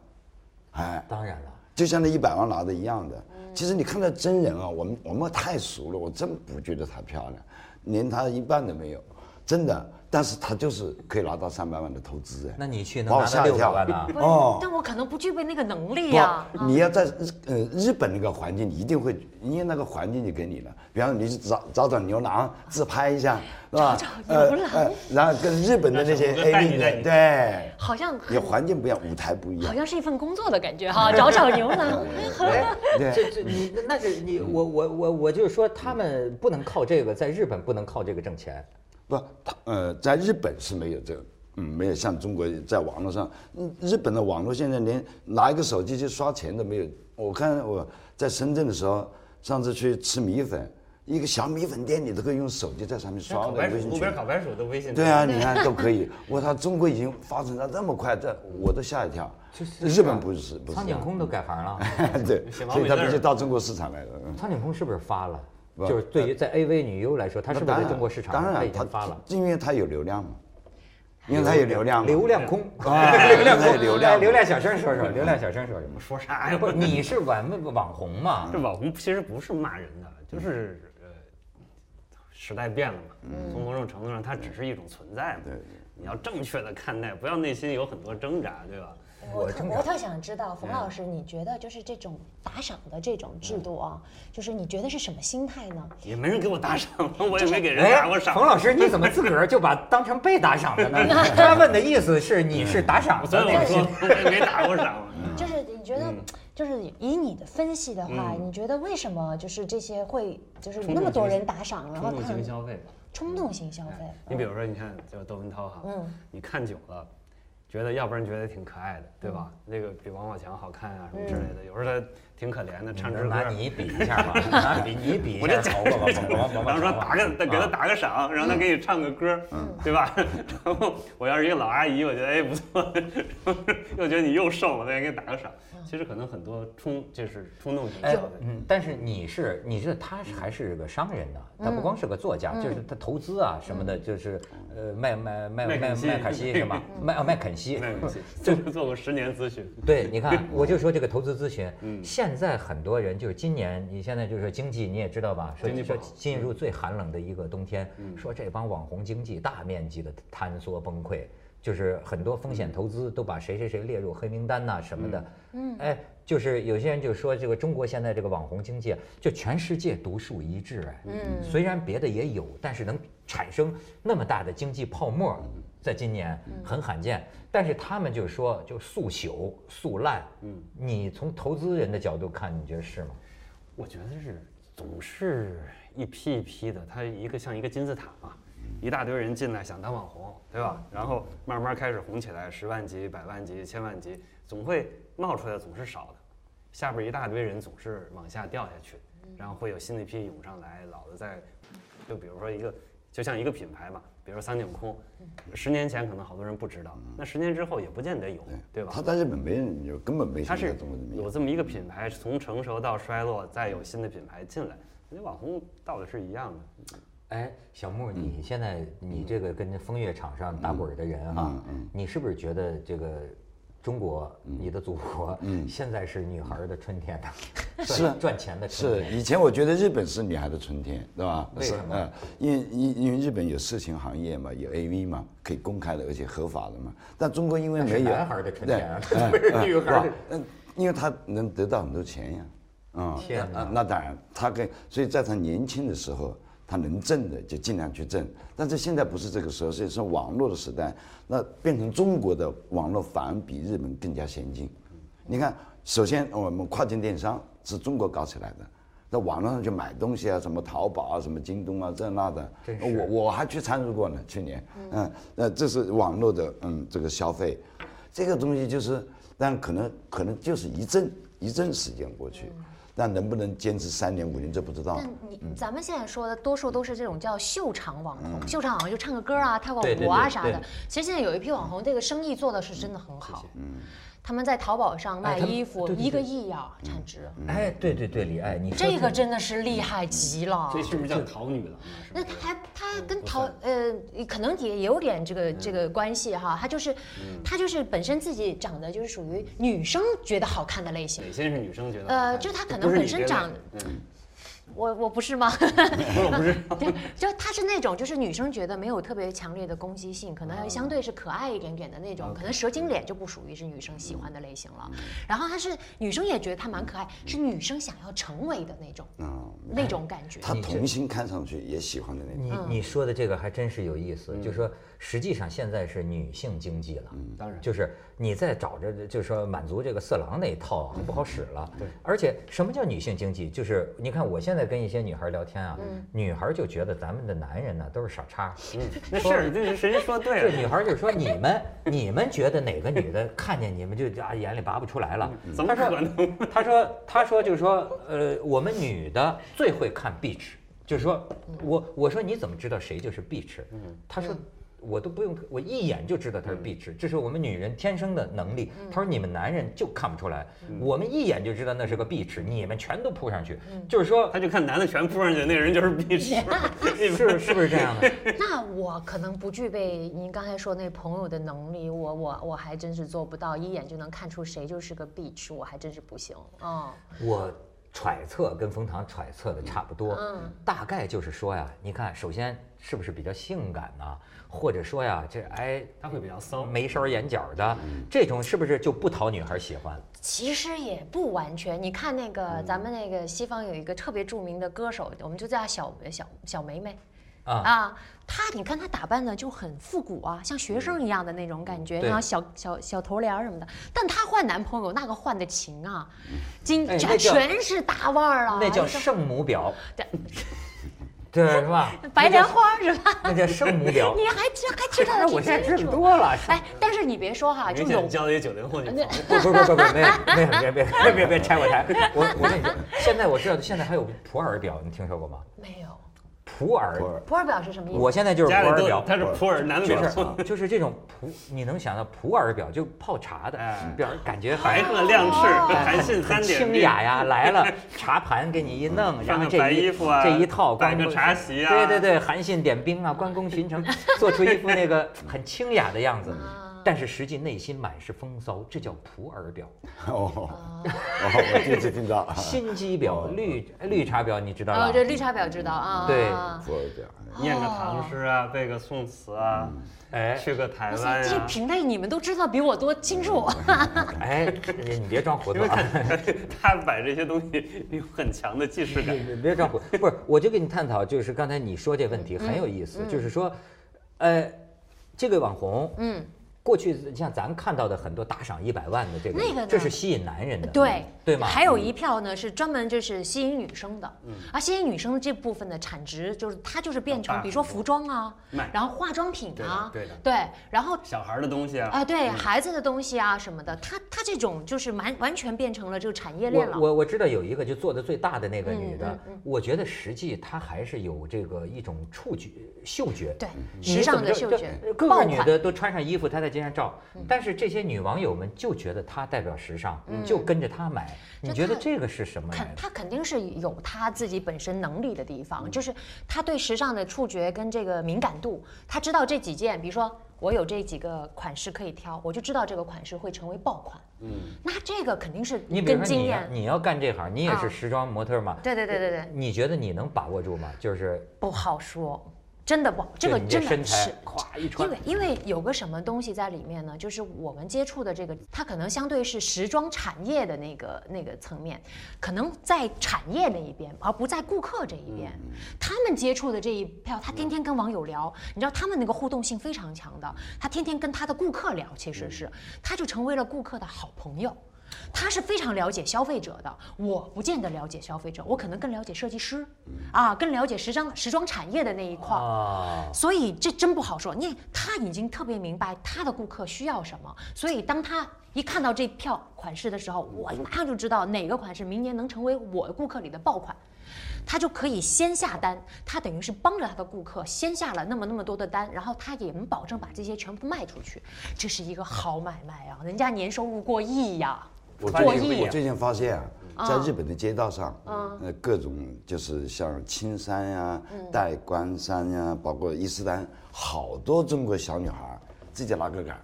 S6: 哎，
S2: 当然了。
S6: 就像那一百万拿的一样的。其实你看到真人啊，我们我们太熟了，我真不觉得她漂亮，连她一半都没有，真的。但是她就是可以拿到三百万的投资，哎，
S2: 那你去能
S6: 把我
S2: 拿
S6: 吓
S2: 到
S6: 一
S2: 六百
S6: 跳
S2: 万呢？
S4: 不是
S6: 哦
S4: 但我可能不具备那个能力
S6: 不，
S4: 呀。
S6: 你要在日呃日本那个环境，你一定会，因为那个环境就给你了。比方说你去找找找牛郎自拍一下，是吧？呃呃，然后跟日本的那些
S5: 让小哥带
S6: A
S5: 你
S6: V
S5: 带你
S6: 对，
S4: 好像
S6: 你环境不一样，舞台不一
S4: 好
S6: 样。
S4: 像是一份工作的感觉哈，找找牛郎。
S2: 这这你那那是你我我我我就是说他们不能靠这个，在日本不能靠这个挣钱。
S6: 不，他呃，在日本是没有这个，嗯，没有像中国在网络上，嗯日本的网络现在连拿一个手机去刷钱都没有。我看我在深圳的时候，上次去吃米粉，一个小米粉店你都可以用手机在上面
S5: 像
S6: 刷
S5: 烤
S6: 的
S5: 白
S6: 微
S5: 薯，
S6: 信
S5: 路
S6: 群
S5: 边。烤白薯都微信。
S6: 对啊，你看都可以。我操，中国已经发展到这么快，这我都吓一跳。日本不是不是
S2: 苍井空都改行了，
S6: 对，
S5: 写毛
S6: 所以
S5: 笔
S6: 他
S5: 字
S6: 必须
S5: 儿
S6: 到中国市场来了。嗯
S2: 苍井空是不是发了？
S6: 不呃
S2: 就是对于在 AV 女优来说，她是不是
S6: 当
S2: 在
S6: 然
S2: 中国市场
S6: 当
S2: 她
S6: 然
S2: 已经发了？
S6: 因为它有流量嘛，因为它有流量嘛。
S2: 流量空，
S6: 流量空
S2: 哎
S6: 流量
S2: 流量小生说说，
S5: 嗯
S2: 流量小生说
S5: 我
S2: 说。
S5: 说啥
S2: 哎，
S5: 呀？
S2: 不，你是网网红嘛？
S5: 这网红其实不是骂人的，就是呃，时代变了嘛，从某种程度上，它只是一种存在嘛。
S6: 嗯对
S5: 你要正确的看待，不要内心有很多挣扎，对吧？
S4: 我特
S2: 挣扎
S4: 我特想知道，冯
S2: 嗯
S4: 老师，你觉得就是这种打赏的这种制度啊，就是你觉得是什么心态呢？
S5: 也没人给我打赏，我也没给人
S2: 哎
S5: 打过，赏。
S2: 冯老师，你怎么自个儿就把当成被打赏的 呢？他问的意思是你是打赏
S5: 所以
S2: 的那
S5: 我
S2: 个心
S5: 说我也没打过赏。
S6: 嗯
S4: 就是你觉得，
S2: 嗯
S4: 就是以你的分析的话，你觉得为什么就是这些会就是
S5: 冲动
S4: 那么多
S5: 型
S4: 人打赏，然后
S5: 冲动
S4: 他
S5: 型
S4: 们
S5: 消费吧。
S4: 冲动型消费？
S2: 嗯
S5: 你比如说，你看，就是窦文涛哈，
S4: 嗯
S5: 你看久了，觉得要不然觉得挺可爱的，对吧？那个比王宝强好看啊，什么之类的。有时候他挺可怜的，唱支歌，
S2: 拿你比一下 吧，拿比你比一下，
S5: 我就讲
S2: 好吧好吧好吧好吧
S5: 然后说 打个，
S2: 啊
S5: 给他打个赏，然后他给你唱个歌，对吧？ 然后我要是一个老阿姨，我觉得哎不错， 又觉得你又瘦了，再给你打个赏。其实可能很多冲就是冲动型消
S2: 哎
S5: 费，，
S2: 嗯，但是你是你是他是还是个商人呢，他不光是个作家，就是他投资啊什么的，就是呃麦麦麦麦
S5: 麦肯锡
S2: 麦肯锡是吗？麦啊麦肯锡，
S5: 那个做做过十年咨询，
S2: 对，你看，我就说这个投资咨询，
S5: 嗯
S2: 现在很多人就是今年，你现在就是说经济，你也知道吧？说
S5: 经济不
S2: 说
S5: 好
S2: 进入最寒冷的一个冬天，说这帮网红经济大面积的坍缩崩溃，就是很多风险投资都把谁谁谁列入黑名单呐、什么的。嗯，哎，就是有些人就说这个中国现在这个网红经济，啊就全世界独树一帜哎。嗯，虽然别的也有，但是能产生那么大的经济泡沫，在今年很罕见。但是他们就说就速朽、速烂。嗯，你从投资人的角度看，你觉得是吗？
S5: 我觉得是总是一批一批的，它一个像一个金字塔嘛，一大堆人进来想当网红，对吧？然后慢慢开始红起来，十万级、百万级、千万级，总会冒出来的总是少的，下边一大堆人总是往下掉下去，然后会有新的一批涌上来，老的在，就比如说一个。就像一个品牌嘛，比如说三井空，十年前可能好多人不知道，那十年之后也不见得有，对吧？
S6: 他在日本没人有，根本没
S5: 它
S6: 像在
S5: 是
S6: 中国这么有
S5: 有这么一个品牌，从成熟到衰落，再有新的品牌进来，那网红道理是一样的。
S2: 哎，小木，你
S6: 嗯
S2: 现在你这个跟这风月场上打滚儿的人啊，
S6: 嗯
S2: 你是不是觉得这个中国，你的祖国， 现在是女孩儿的春天呢？
S6: 嗯是
S2: 赚赚钱的春
S6: 是
S2: 天。
S6: 以前我觉得日本是女孩的春天，对吧？
S2: 为
S6: 是
S2: 什么
S6: 嗯，因为因因为日本有色情行业嘛，有 AV 嘛，可以公开的，而且合法的嘛。但中国因为
S2: 那是
S6: 没有
S2: 男孩儿的春
S6: 对
S2: 天啊， 不是女孩儿的。
S6: 嗯，因为他能得到很多钱呀，嗯，
S2: 天哪
S6: 那那当然，他跟所以在他年轻的时候，他能挣的就尽量去挣，但是现在不是这个时候，所以说网络的时代，那变成中国的网络反而比日本更加先进。你看，首先我们跨境电商是中国搞起来的。在网络上去买东西啊，什么淘宝啊，什么京东啊，这那的
S2: 真，是
S6: 我我还去参与过呢，去年，嗯，那这是网络的，嗯，这个消费，这个东西就是，但可能可能就是一阵一阵时间过去，但能不能坚持三年五年这不知道
S4: 但。你
S2: 嗯
S4: 咱们现在说的多数都是这种叫秀场网红，秀场网红就唱个歌啊、跳个
S2: 对对
S4: 舞啊
S2: 对
S4: 啥
S2: 对嗯
S4: 的。其实现在有一批网红，这个生意做的是真的很好。他们在淘宝上卖
S2: 哎他们
S4: 衣服，
S2: 对对
S4: 一个亿呀产值，
S6: 嗯
S2: 哎，对对对，李艾，你说
S4: 这个真的是厉害极了。
S5: 这是不是叫淘女郎啊？是不
S4: 那
S5: 是
S4: 他还他跟陶呃，可能也有点这
S5: 嗯
S4: 个这个关系哈。他就是他就是本身自己长得就是属于女生觉得好看的类型。
S5: 哪些是女生觉得好看？
S4: 呃就她可能
S5: 不是
S4: 本
S5: 你
S4: 身
S5: 这类
S4: 长
S5: 的嗯
S4: 我我不是 吗？
S5: 不是我啊不是，
S4: 对， 就他是那种，就是女生觉得没有特别强烈的攻击性，可能
S5: 啊
S4: 还相对是可爱一点点的那种，可能蛇精脸就不属于是女生喜欢的类型
S5: 嗯
S4: 了。然后他是女生也觉得他蛮可爱，是女生想要成为的那种
S6: 嗯，
S4: 那种感觉。
S6: 他童星看上去也喜欢的那种。
S2: 你你说的这个还真是有意
S5: 嗯
S2: 思，就是说实际上现在是女性经济了，
S5: 当然
S2: 就是你再找着，就是说满足这个色狼那一套啊，不好使了。
S5: 嗯
S2: 对，而且什么叫女性经济？就是你看我现在跟一些女孩聊天啊，女孩就觉得咱们的男人呢都是傻叉，
S5: 那是这是人家说对
S2: 这
S5: 了。
S2: 女孩就说你们你们觉得哪个女的看见你们就啊眼里拔不出来了？
S5: 嗯怎么可能？
S2: 她说她说就是说呃我们女的最会看壁纸。就是说我我说你怎么知道谁就是 B 池？
S5: 嗯
S2: 他说我都不用，我一眼就知道他是 B 池，这是我们女人天生的能力。他说你们男人就看不出来，
S5: 嗯
S2: 我们一眼就知道那是个 B 池，你们全都扑上去，就是说
S5: 他就看男的全扑上去，那个人就是 必吃。
S2: 是是不是这样的？
S4: 那我可能不具备您刚才说那朋友的能力，我我我还真是做不到，一眼就能看出谁就是个 bitch，我还真是不行。嗯，
S2: 我揣测跟冯唐揣测的差不多，
S4: 嗯
S2: 大概就是说呀，你看，首先是不是比较性感呐、或者说呀，这哎，
S5: 他会比较嗯骚，
S2: 眉梢眼角的这种，是不是就不讨女孩喜欢？
S4: 其实也不完全。你看那个、
S2: 嗯
S4: 咱们那个西方有一个特别著名的歌手，我们就叫她小小小梅梅。
S2: 啊
S4: 她你看她打扮的就很复古啊，像学生一样的那种感觉，
S2: 嗯对
S4: 然后小小小头帘儿什么的。但她换男朋友那个换的勤啊，今、
S2: 哎那叫
S4: 全是大腕儿啊，
S2: 那叫
S4: 你知道
S2: 圣母婊
S4: 对，
S2: 对是吧？
S4: 白莲花是吧？
S2: 那叫圣母婊。
S4: 你还知还知 道的
S2: 我
S4: 挺
S2: 现在
S4: 清
S2: 知道
S4: 楚。
S2: 多了，是吧
S4: 哎，但是你别说哈， 就
S5: 明
S4: 有
S5: 显交了一九零后
S4: 嗯
S5: 女朋 友。
S2: 不不不不不，没有没有别别别别别拆我台，我我跟你说，现在我知道现在还有普洱婊，你听说过吗？
S4: 没有？
S2: 普洱，
S6: 普洱
S4: 普洿表是什么意思？
S2: 我现在就是
S5: 家
S2: 普洱
S5: 里
S2: 婊
S5: 都，他是普洱男的
S2: 就
S5: 表，
S2: 是啊就是这种普，你能想到普洱表就泡茶的
S5: 哎
S2: 表，感觉还
S5: 白鹤亮翅，
S4: 哦
S5: 韩信三点
S2: 清雅 呀，来了茶盘给你一弄，然
S5: 穿
S2: 后
S5: 个
S2: 这
S5: 白
S2: 一
S5: 衣服啊
S2: 这一套关
S5: 摆个
S2: 公
S5: 茶席啊
S2: 对对对，韩信点兵啊，关公巡城，做出一副那个很清雅的样
S4: 嗯
S2: 子，但是实际内心满是风骚，这叫普洱表。
S6: 哦，哦，我第一次听到，
S2: 心机表、绿绿茶婊，你知道
S4: 哦，
S2: 吧
S4: 这？绿茶婊知道啊。
S2: 对
S4: 啊
S6: 普洱表，
S5: 念个唐诗啊，背个宋词啊，
S2: 哎
S5: 去个台
S4: 哇塞，
S5: 湾啊
S4: 这
S5: 呀、
S4: 些品类你们都知道比我多清楚。
S2: 哎，你你别装糊涂 啊！
S5: 他摆这些东西有很强的既视感。
S2: 别别装糊，不是，我就跟你探讨，就是刚才你说这问题很有意思，就是说，呃，这个网红，
S4: 嗯，
S2: 过去像咱看到的很多打赏一百万的这个，
S4: 那个呢
S2: 这是吸引男人的，嗯
S4: 对
S2: 对吗？
S4: 还有一票呢是专门就是吸引女生的，而吸引女生的这部分的产值就是它就是变成
S5: 大
S4: 比如说
S5: 很多
S4: 服装啊
S5: 卖，
S4: 然后化妆品啊，
S5: 对的对的
S4: 然后。
S5: 小孩儿的东西啊，
S2: 嗯
S4: 啊，对孩子的东西啊什么的，它它这种就是完完全变成了这个产业链
S2: 我
S4: 了。
S2: 我我知道有一个就做的最大的那个女的
S4: 嗯，
S2: 我觉得实际她还是有这个一种触觉、嗅觉，
S4: 对
S2: 嗯你
S4: 时尚
S2: 怎么
S4: 的
S2: 着
S4: 嗅
S2: 这
S4: 觉
S2: 各
S4: 爆
S2: 个女
S4: 款嗯
S2: 的都穿上衣服，她在街上照，但是这些女网友们就觉得她代表时尚，就跟着她买。你
S4: 就
S2: 觉得
S4: 她
S2: 这个是什么来
S4: 肯
S2: 的？
S4: 他肯定是有他自己本身能力的地
S2: 嗯
S4: 方，就是他对时尚的触觉跟这个敏感度，他知道这几件，比如说我有这几个款式可以挑，我就知道这个款式会成为爆款。嗯，那这个肯定是
S2: 你比如
S4: 跟
S2: 说
S4: 经
S2: 你要
S4: 验，
S2: 你要干这行，你也是
S4: 啊
S2: 时装模特嘛？
S4: 对对对对对，
S2: 你觉得你能把握住吗？就是
S4: 不好说，真的不好，这
S2: 就
S4: 个
S2: 你
S4: 真的
S2: 身材
S4: 是。
S2: 咵一穿
S4: 因为，因为有个什么东西在里面呢？就是我们接触的这个，它可能相对是时装产业的那个那个层面，可能在产业那一边，而不在顾客这一边。他们接触的这一票，他天天跟网友聊，你知道他们那个互动性非常强的，他天天跟他的顾客聊，其实是他就成为了顾客的好朋友。他是非常了解消费者的，我不见得了解消费者，我可能更了解设计师，啊，更了解时装时装产业的那一块儿。
S2: 啊，
S4: 所以这真不好说。你他已经特别明白他的顾客需要什么，所以当他一看到这票款式的时候，我马上就知道哪个款式明年能成为我顾客里的爆款，他就可以先下单。他等于是帮着他的顾客先下了那么那么多的单，然后他也能保证把这些全部卖出去。这是一个好买卖啊，人家年收入过亿呀、
S6: 我
S4: 过
S6: 最近
S4: 亿
S6: 我。最近发现啊，在
S4: 啊
S6: 日本的街道上，呃，各种就是像青山呀、代官山呀，包括伊势丹，好多中国小女孩儿自己拿个杆儿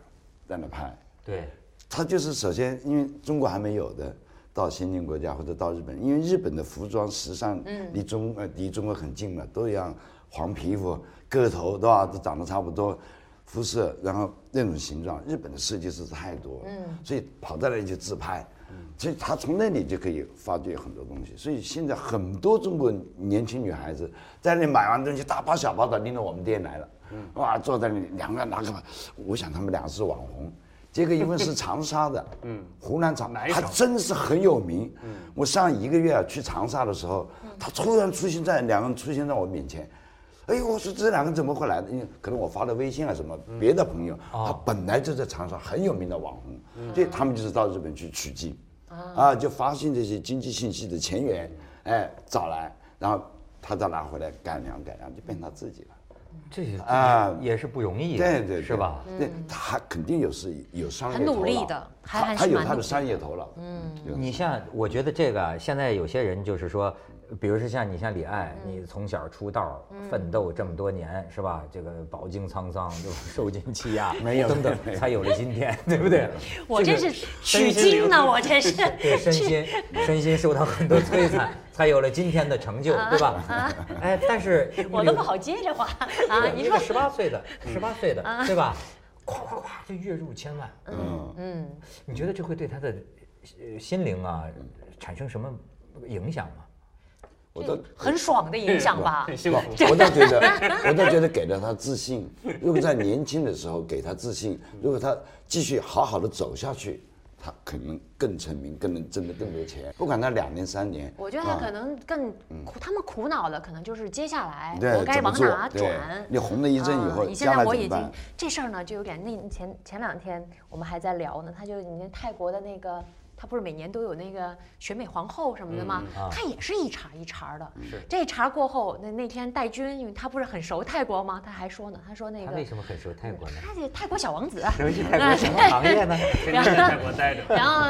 S6: 在那拍。
S2: 对，
S6: 它就是首先，因为中国还没有的，到先进国家或者到日本，因为日本的服装时尚离中呃离中国很近嘛，都一样，黄皮肤、个头对吧，都长得差不多，肤色，然后那种形状，日本的设计师太多，嗯，所以跑到那里去自拍。所以他从那里就可以发掘很多东西，所以现在很多中国年轻女孩子在那里买完东西，大包小包的拎到我们店来了，哇，坐在那里两个拿个，我想他们俩是网红，这个因为是长沙的，嗯，湖南长，
S5: 哪一
S6: 他
S5: 省
S6: 真是很有名。我上一个月啊去长沙的时候，他突然出现在两个人出现在我面前，哎呦，我说这两个怎么会来的？因为可能我发的微信啊什么，别的朋友，他本来就在长沙很有名的网红，所以他们就是到日本去取经，啊，就发现这些经济信息的前沿，哎，找来，然后他再拿回来改良改良，就变他自己了。
S2: 这也
S6: 啊
S2: 也是不容易的，
S6: 对对对
S2: 是吧？？
S6: 对，他肯定有是有商
S4: 嗯
S6: 业
S4: 很努
S6: 头脑
S4: 力的还还
S6: 他他
S4: 是
S6: 有
S4: 蛮
S6: 他
S4: 努
S6: 的
S4: 力
S6: 商业头脑。嗯，
S2: 你像，我觉得这个啊现在有些人就是说，比如说像你像李艾，
S4: 嗯
S2: 你从小出道奋斗这么多年，是吧？这个饱经沧桑，就 受尽欺压，
S6: 没有
S2: 等等，
S6: 没有
S2: 才有了今天， 对不对？
S4: 我这是取经呢，我这是。
S2: 对身心身心受到很多摧 残，才有了今天的成就，对吧？哎，但是
S4: 啊 我都不好接这话啊！你说，嗯啊
S2: 十八岁的，十八岁的，对吧？咵咵咵就月入千万，
S6: 嗯，
S4: 嗯，
S2: 你觉得这会对他的呃心灵啊产生什么影响吗？
S6: 我都
S4: 很爽的影响吧？
S5: 很幸福。
S6: 我倒觉 得，我倒觉得给了他自信。如果在年轻的时候给他自信，如果他继续好好的走下去，他可能更成名，更能挣得更多钱。不管他两年三年，
S4: 我觉得他
S6: 啊
S4: 可能更苦，他们苦恼的可能就是接下来
S6: 对
S4: 我该
S6: 怎么
S4: 往
S6: 做
S4: 哪
S6: 对
S4: 转。
S6: 你红了一阵以
S4: 啊
S6: 后，
S4: 你现
S6: 将
S4: 在
S6: 来
S4: 我
S6: 怎么
S4: 已经
S6: 办？
S4: 这事儿呢，就有点那前前两天我们还在聊呢，他就你看泰国的那个。他不是每年都有那个选美皇后什么的
S6: 嗯
S4: 吗？
S2: 啊
S4: 他也是一茬一茬的。
S5: 是
S4: 这一茬过后，那那天戴军，因为他不是很熟泰国吗？他还说呢，他说那
S2: 他
S4: 个
S2: 为什么很受泰国 呢？
S4: 他这泰国小 王子，
S2: 尤其泰国什么 行业呢？
S5: 天天在泰国 待着，
S4: 然后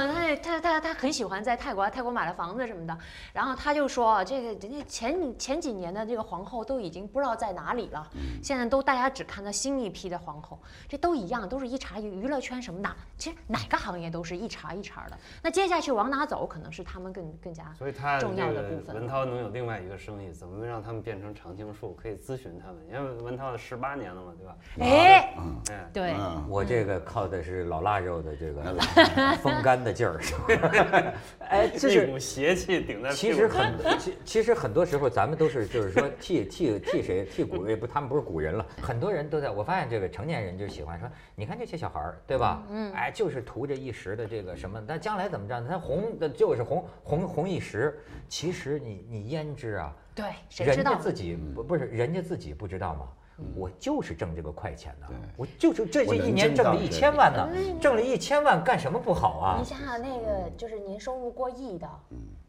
S4: 他他他他很喜欢在泰国，泰国买了房子什么的。然后他就说，啊这个人家前前几年的这个皇后都已经不知道在哪里了，
S2: 嗯
S4: 现在都大家只看到新一批的皇后，这都一样，都是一茬一娱乐圈什么的，其实哪个行业都是一茬一茬的。那接下去往哪走，可能是他们更更加
S5: 所以他这
S4: 重要的部
S5: 个
S4: 分
S5: 文涛能有另外一个生意，怎么让他们变成常青树？可以咨询他们，因为文涛十八年了嘛，对吧？
S4: 哎，
S5: 嗯，
S4: 对。
S6: 嗯，
S2: 我这个靠的是老腊肉的这个 风干的劲儿， 是吧？哎，就
S5: 一
S2: 是
S5: 股邪气顶在
S2: 其
S5: 屁
S2: 实
S5: 股上。
S2: 很， 其其实很多时候咱们都是就是说替替替谁替古也不，他们不是古人了，很多人都在。我发现这个成年人就喜欢说，你看这些小孩儿，对吧？嗯，哎，就是图着一时的这个什么，但将来怎么着呢？他红的就是红红红一时，其实你你焉知啊？
S4: 对，谁知
S2: 人
S4: 道
S2: 家
S4: 呢？
S2: 自己不不是人家自己不知道吗？我就是挣这个快钱呢，嗯我就是这这一年挣了一千万呢，挣了一千万干什么不好啊嗯
S4: 你？想想那个，就是年收入过亿的，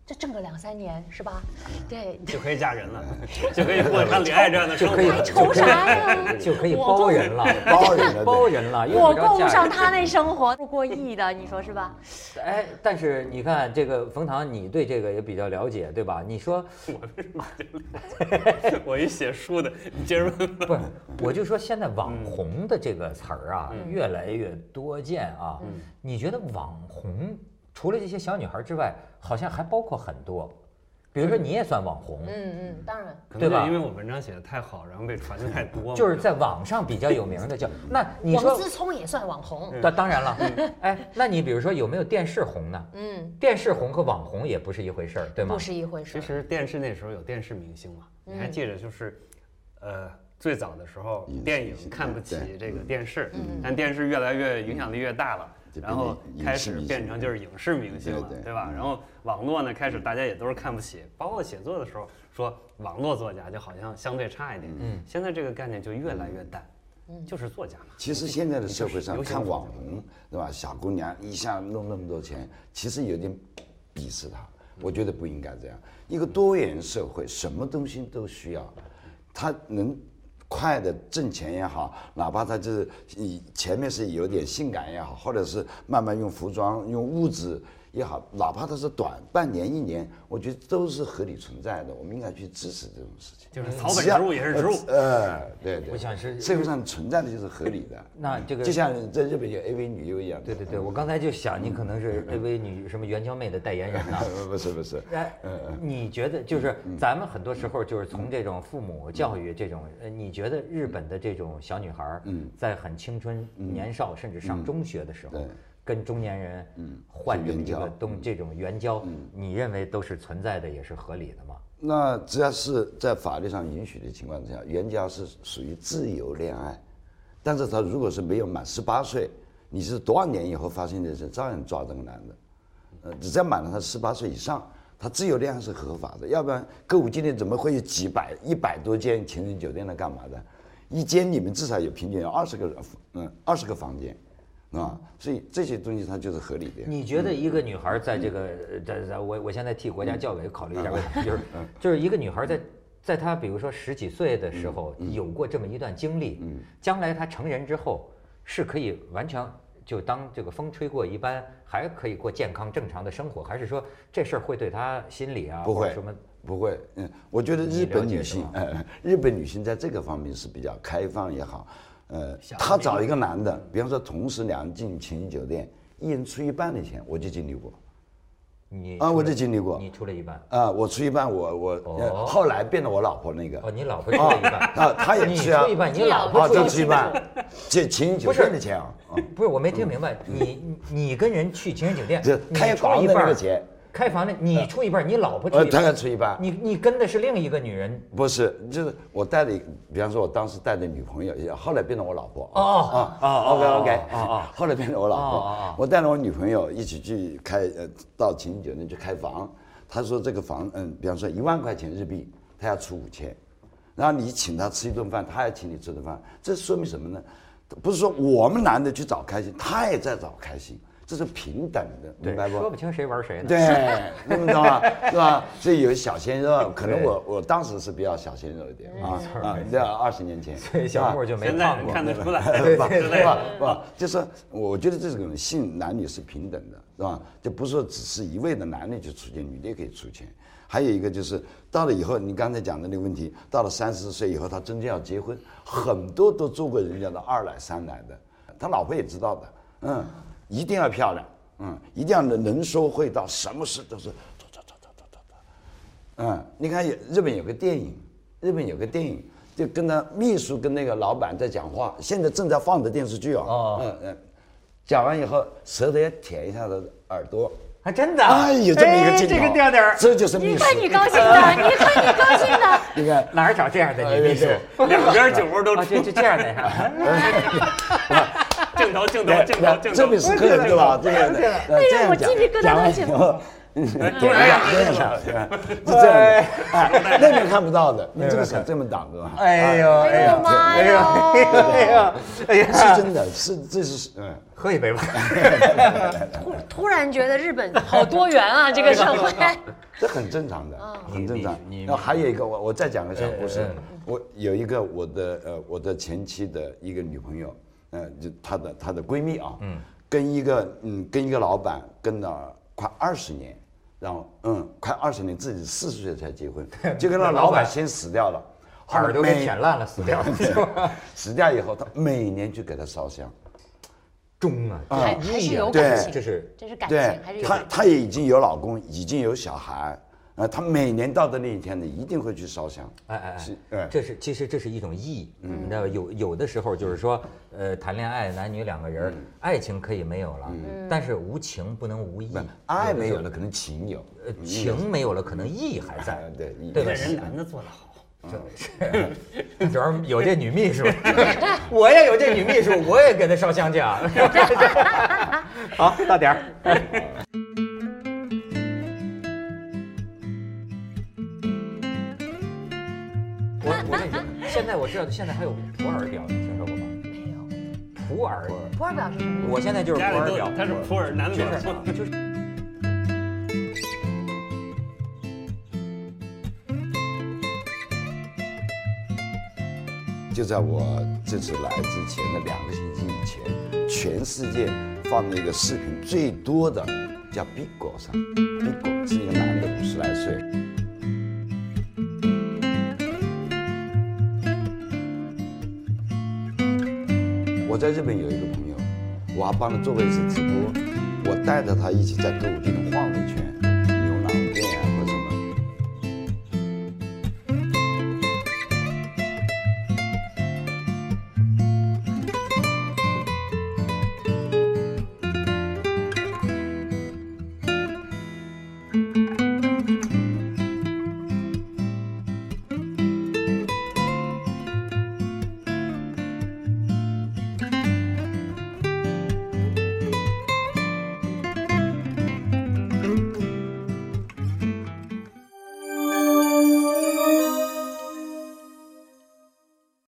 S4: 这挣个两三年是吧？
S2: 嗯
S4: 对，
S5: 就可以嫁 人了，就可以过像李艾这样的生活。
S2: 可以
S4: 还愁啥呀？
S2: 就可以包人 了，
S6: 包人了
S2: 包人了，又
S4: 我
S2: 找嫁
S4: 过不
S2: 人
S4: 上他那生活，不过亿的，你说是吧？
S2: 哎，但是你看这个冯唐，你对这个也比较了解，对吧？你 说
S5: 我一写书的，你接着问吧。
S2: 不是，我就说现在网红的这个词儿啊，
S4: 嗯
S2: 越来越多见啊。你觉得网红除了这些小女孩之外，好像还包括很多，比如说你也算网红，
S4: 嗯嗯，当然。
S5: 可
S2: 对
S5: 能
S2: 吧
S5: 是因为我文章写的太好，然后被传的太多嘛。
S2: 就是在网上比较有名的叫那你
S4: 王
S2: 说，
S4: 思聪也算网红，
S2: 那当然了，哎，那你比如说有没有电视红呢？
S4: 嗯，
S2: 电视红和网红也不是一回事儿，对吗
S4: 不？是一回事
S5: 其
S4: 儿。
S5: 实电视那时候有电视明星嘛，你还记着就是，呃，最早的时候电影看不起这个电视，但电视越来越影响力越大了。
S6: 嗯就
S5: 然后
S6: 变成
S5: 开
S6: 影视
S5: 始
S6: 明星
S5: 变成就是影视明星了
S6: 对，嗯对
S5: 对吧？然后网络呢，开始大家也都是看不起，包括写作的时候说网络作家就好像相对差一点。嗯，现在这个概念就越来越淡，就是作家嘛。
S6: 其实现在的社会上
S5: 流行
S6: 看
S5: 文化
S6: 网红，对吧？小姑娘一下弄那么多钱，其实有点鄙视她。我觉得不应该这样。一个多元社会，什么东西都需要，他能快的挣钱也好，哪怕他就是以前面是有点性感也好，或者是慢慢用服装、用物质也好，哪怕它是短半年、一年，我觉得都是合理存在的。我们应该去支持这种事情。
S5: 就是草本植物也是植物，
S6: 呃，对对，
S2: 我想是
S6: 社会上存在的就是合理的。
S2: 那这个
S6: 就像在日本有 AV 女优一样，
S2: 对对对，我刚才就想你可能是 AV 女什么援交妹的代言人 呐、
S6: 呃，不是不是，
S2: 哎，你觉得就是咱们很多时候就是从这种父母教育这种，呃，你觉得日本的这种小女孩儿，在很青春年少甚至上中学的时候
S6: 对，
S2: 跟中年人，换这么一
S6: 去援
S2: 个
S6: 交
S2: 东这种援交，你认为都是存在的，也是合理的吗？
S6: 那只要是在法律上允许的情况之下，援交是属于自由恋爱，但是他如果是没有满十八岁，你是多少年以后发现的事，照样抓这个男的。呃，只要满了他十八岁以上，他自由恋爱是合法的，要不然歌舞伎町怎么会有几百、一百多间情人酒店来干嘛的？一间里面至少有平均有二十个人，嗯，二十个房间，啊，所以这些东西它就是合理的呀。
S2: 你觉得一个女
S6: 嗯啊嗯
S2: 孩在这个，在在我我现在替国家教委考虑一下问题，就是就是一个女孩在在他比如说十几岁的时候
S6: 嗯
S2: 有过这么一段经历，将来他成人之后是可以完全就当这个风吹过一般，还可以过健康正常的生活，还是说这事儿会对他心理啊
S6: 不
S2: 或者
S6: 会
S2: 什么？
S6: 不会，嗯，我觉得
S2: 你
S6: 日本
S2: 了解
S6: 女
S2: 是
S6: 性
S2: 吧，
S6: 呃，日本女性在这个方面是比较开放也好，呃，
S5: 想
S6: 她
S5: 得
S6: 找
S5: 美
S6: 一个男的，比方说同时两人进情侣酒店，一人出一半的钱，我就经历过，
S2: 你
S6: 啊
S2: 出
S6: 我
S2: 了
S6: 就经历过
S2: 你出了一半，
S6: 啊，我出一半，我我
S2: 哦
S6: 呃后来变得我老婆那个，
S2: 哦，你老婆出了一半，
S6: 啊她也
S2: 你
S6: 吃啊
S2: 出一半，你老
S6: 啊，
S2: 婆出
S6: 就
S2: 了
S6: 出一半，这情侣酒
S2: 不是
S6: 店的钱啊，啊
S2: 不是，我没听明白，你你你跟人去情人酒店
S6: 这，
S2: 你
S6: 开
S2: 出了
S6: 房
S2: 一
S6: 的
S2: 半
S6: 那
S2: 儿
S6: 个，钱，
S2: 开房的你出一半儿，你老婆出
S6: 嗯呃，
S2: 一
S6: 她
S2: 半
S6: 要
S2: 儿，
S6: 出一半，
S2: 你你跟的是另一个女人，
S6: 不是，就是我带的，比方说我当时带的女朋友，也后来变成我老婆。
S2: 哦
S6: 啊啊，OK OK，啊，后来变成我老
S2: 哦哦哦
S6: 婆。我带着我女朋友一起去开，呃，到情侣酒店去开房。她说这个房，嗯，比方说一万块钱日币，她要出五千，然后你请她吃一顿饭，她也请你吃顿饭，这说明什么呢？不是说我们男的去找开心，她也在找开心，这是平等的，明白不？
S2: 说不清谁玩 谁呢。
S6: 对，那么 懂吧？是吧？所以有小鲜肉，可能我我当时是比较小鲜肉一点啊啊，那二十年前，
S2: 所以小莫就
S6: 呃
S2: 没
S5: 现
S6: 啊
S2: 胖
S5: 在人
S2: 过。
S5: 看得出来，
S6: 不不
S5: 之类的。
S6: 不，就是我觉得这种性男女是平等的，是吧？就不是说只是一味的男的就出钱，女的也可以出钱。还有一个就是到了以后，你刚才讲的那个问题，到了三十岁以后，他真正要结婚，很多都做过人家的二奶三奶的，他老婆也知道的，嗯，一定要漂亮，嗯，一定要能能说会道，什么事都是走走走走走走走。嗯，你看有日本有个电影，日本有个电影，就跟他秘书跟那个老板在讲话，现在正在放的电视剧哦。
S2: 哦
S6: 嗯嗯，讲完以后，舌头要舔一下他的耳朵。
S2: 还啊真的
S6: 哎，有这么一个镜头，
S2: 哎这个调调儿
S6: 这就是秘
S4: 你
S6: 书。
S4: 看你高兴的，你看你高兴的，
S6: 你看，
S2: 哪儿找这样的
S6: 哎
S2: 女秘书？
S6: 对
S5: 两边酒窝都
S2: 啊，
S5: 出
S2: 就就这样的 呀。
S5: 镜头镜头
S6: 对
S5: 镜
S6: 对
S5: 头镜头，
S6: 这么时刻对吧？这个，哎
S4: 哎呀我鸡皮疙瘩都起来
S6: 了。嗯点
S5: 哎
S6: 一
S5: 呀
S6: 下，点一下，是这样的，哎，那边看不到的，你这个手这么挡啊着吧？
S2: 哎呦哎
S4: 哎呦
S2: 呦
S4: 妈
S2: 哎呦
S4: 呀！
S2: 哎呦哎呀！
S6: 是真的，是这是嗯。
S2: 喝一杯吧。
S4: 突突然觉得日本好多元啊，这个社会。
S6: 这很正常的，
S4: 嗯
S6: 很正常
S2: 你你。
S6: 然后还有一个，我我再讲个小故事
S2: 哎哎哎。
S6: 我有一个我的呃我的前妻的一个女朋友，呃，就她的她的闺蜜啊，跟一个嗯跟一个老板跟了快二十年，然后嗯快二十年，自己四十岁才结 婚，就跟那
S2: 老板
S6: 老板先死掉了，后来
S2: 耳朵给
S6: 每
S2: 舔烂了，死掉
S6: 嗯
S2: 了。
S6: 死掉以后，他每年去给他烧香。
S2: 中
S6: 嗯
S2: 啊，
S4: 还
S2: 这
S4: 还是
S2: 一
S4: 有
S2: 眼
S4: 感
S6: 对
S4: 情，
S2: 这是
S4: 这是感
S6: 对
S4: 情，还是有
S6: 她
S4: 感情
S6: 她也已经有老公，已经有小孩，呃，她每年到的那一天呢，一定会去烧香。
S2: 哎哎
S6: 是
S2: 哎
S6: 哎，
S2: 这是其实这是一种意，
S6: 嗯
S2: 你知道有有的时候就是说，呃，谈恋爱男女两个
S6: 嗯
S2: 人，爱情可以没有了，但是无情不能无义
S6: 不，，爱没有了，可能情有。
S2: 呃，情没有了，可能义还 在，
S6: 对，一
S2: 对吧
S5: 这？人男的做得好，
S2: 主要是有这女秘书，我也有这女秘书，我也给她烧香去啊。 好，到点儿。我我跟你说，现在我知道，现在还有普洱表，你听说过吗？
S4: 没有。
S2: 普洱，
S4: 普洱表是什么？
S2: 我现在就是
S5: 家
S2: 普
S5: 里
S2: 洱
S5: 都
S2: 表，
S5: 他是普洱男的
S2: 就是
S5: 表。
S2: 就是。
S6: 就在我这次来之前的两个星期以前，全世界放那个视频最多的叫 Bigo 上，Bigo 是一个男的，五十来岁。我在日本有一个朋友，我还帮他做过一次直播，我带着他一起在歌舞厅里晃了一圈，啊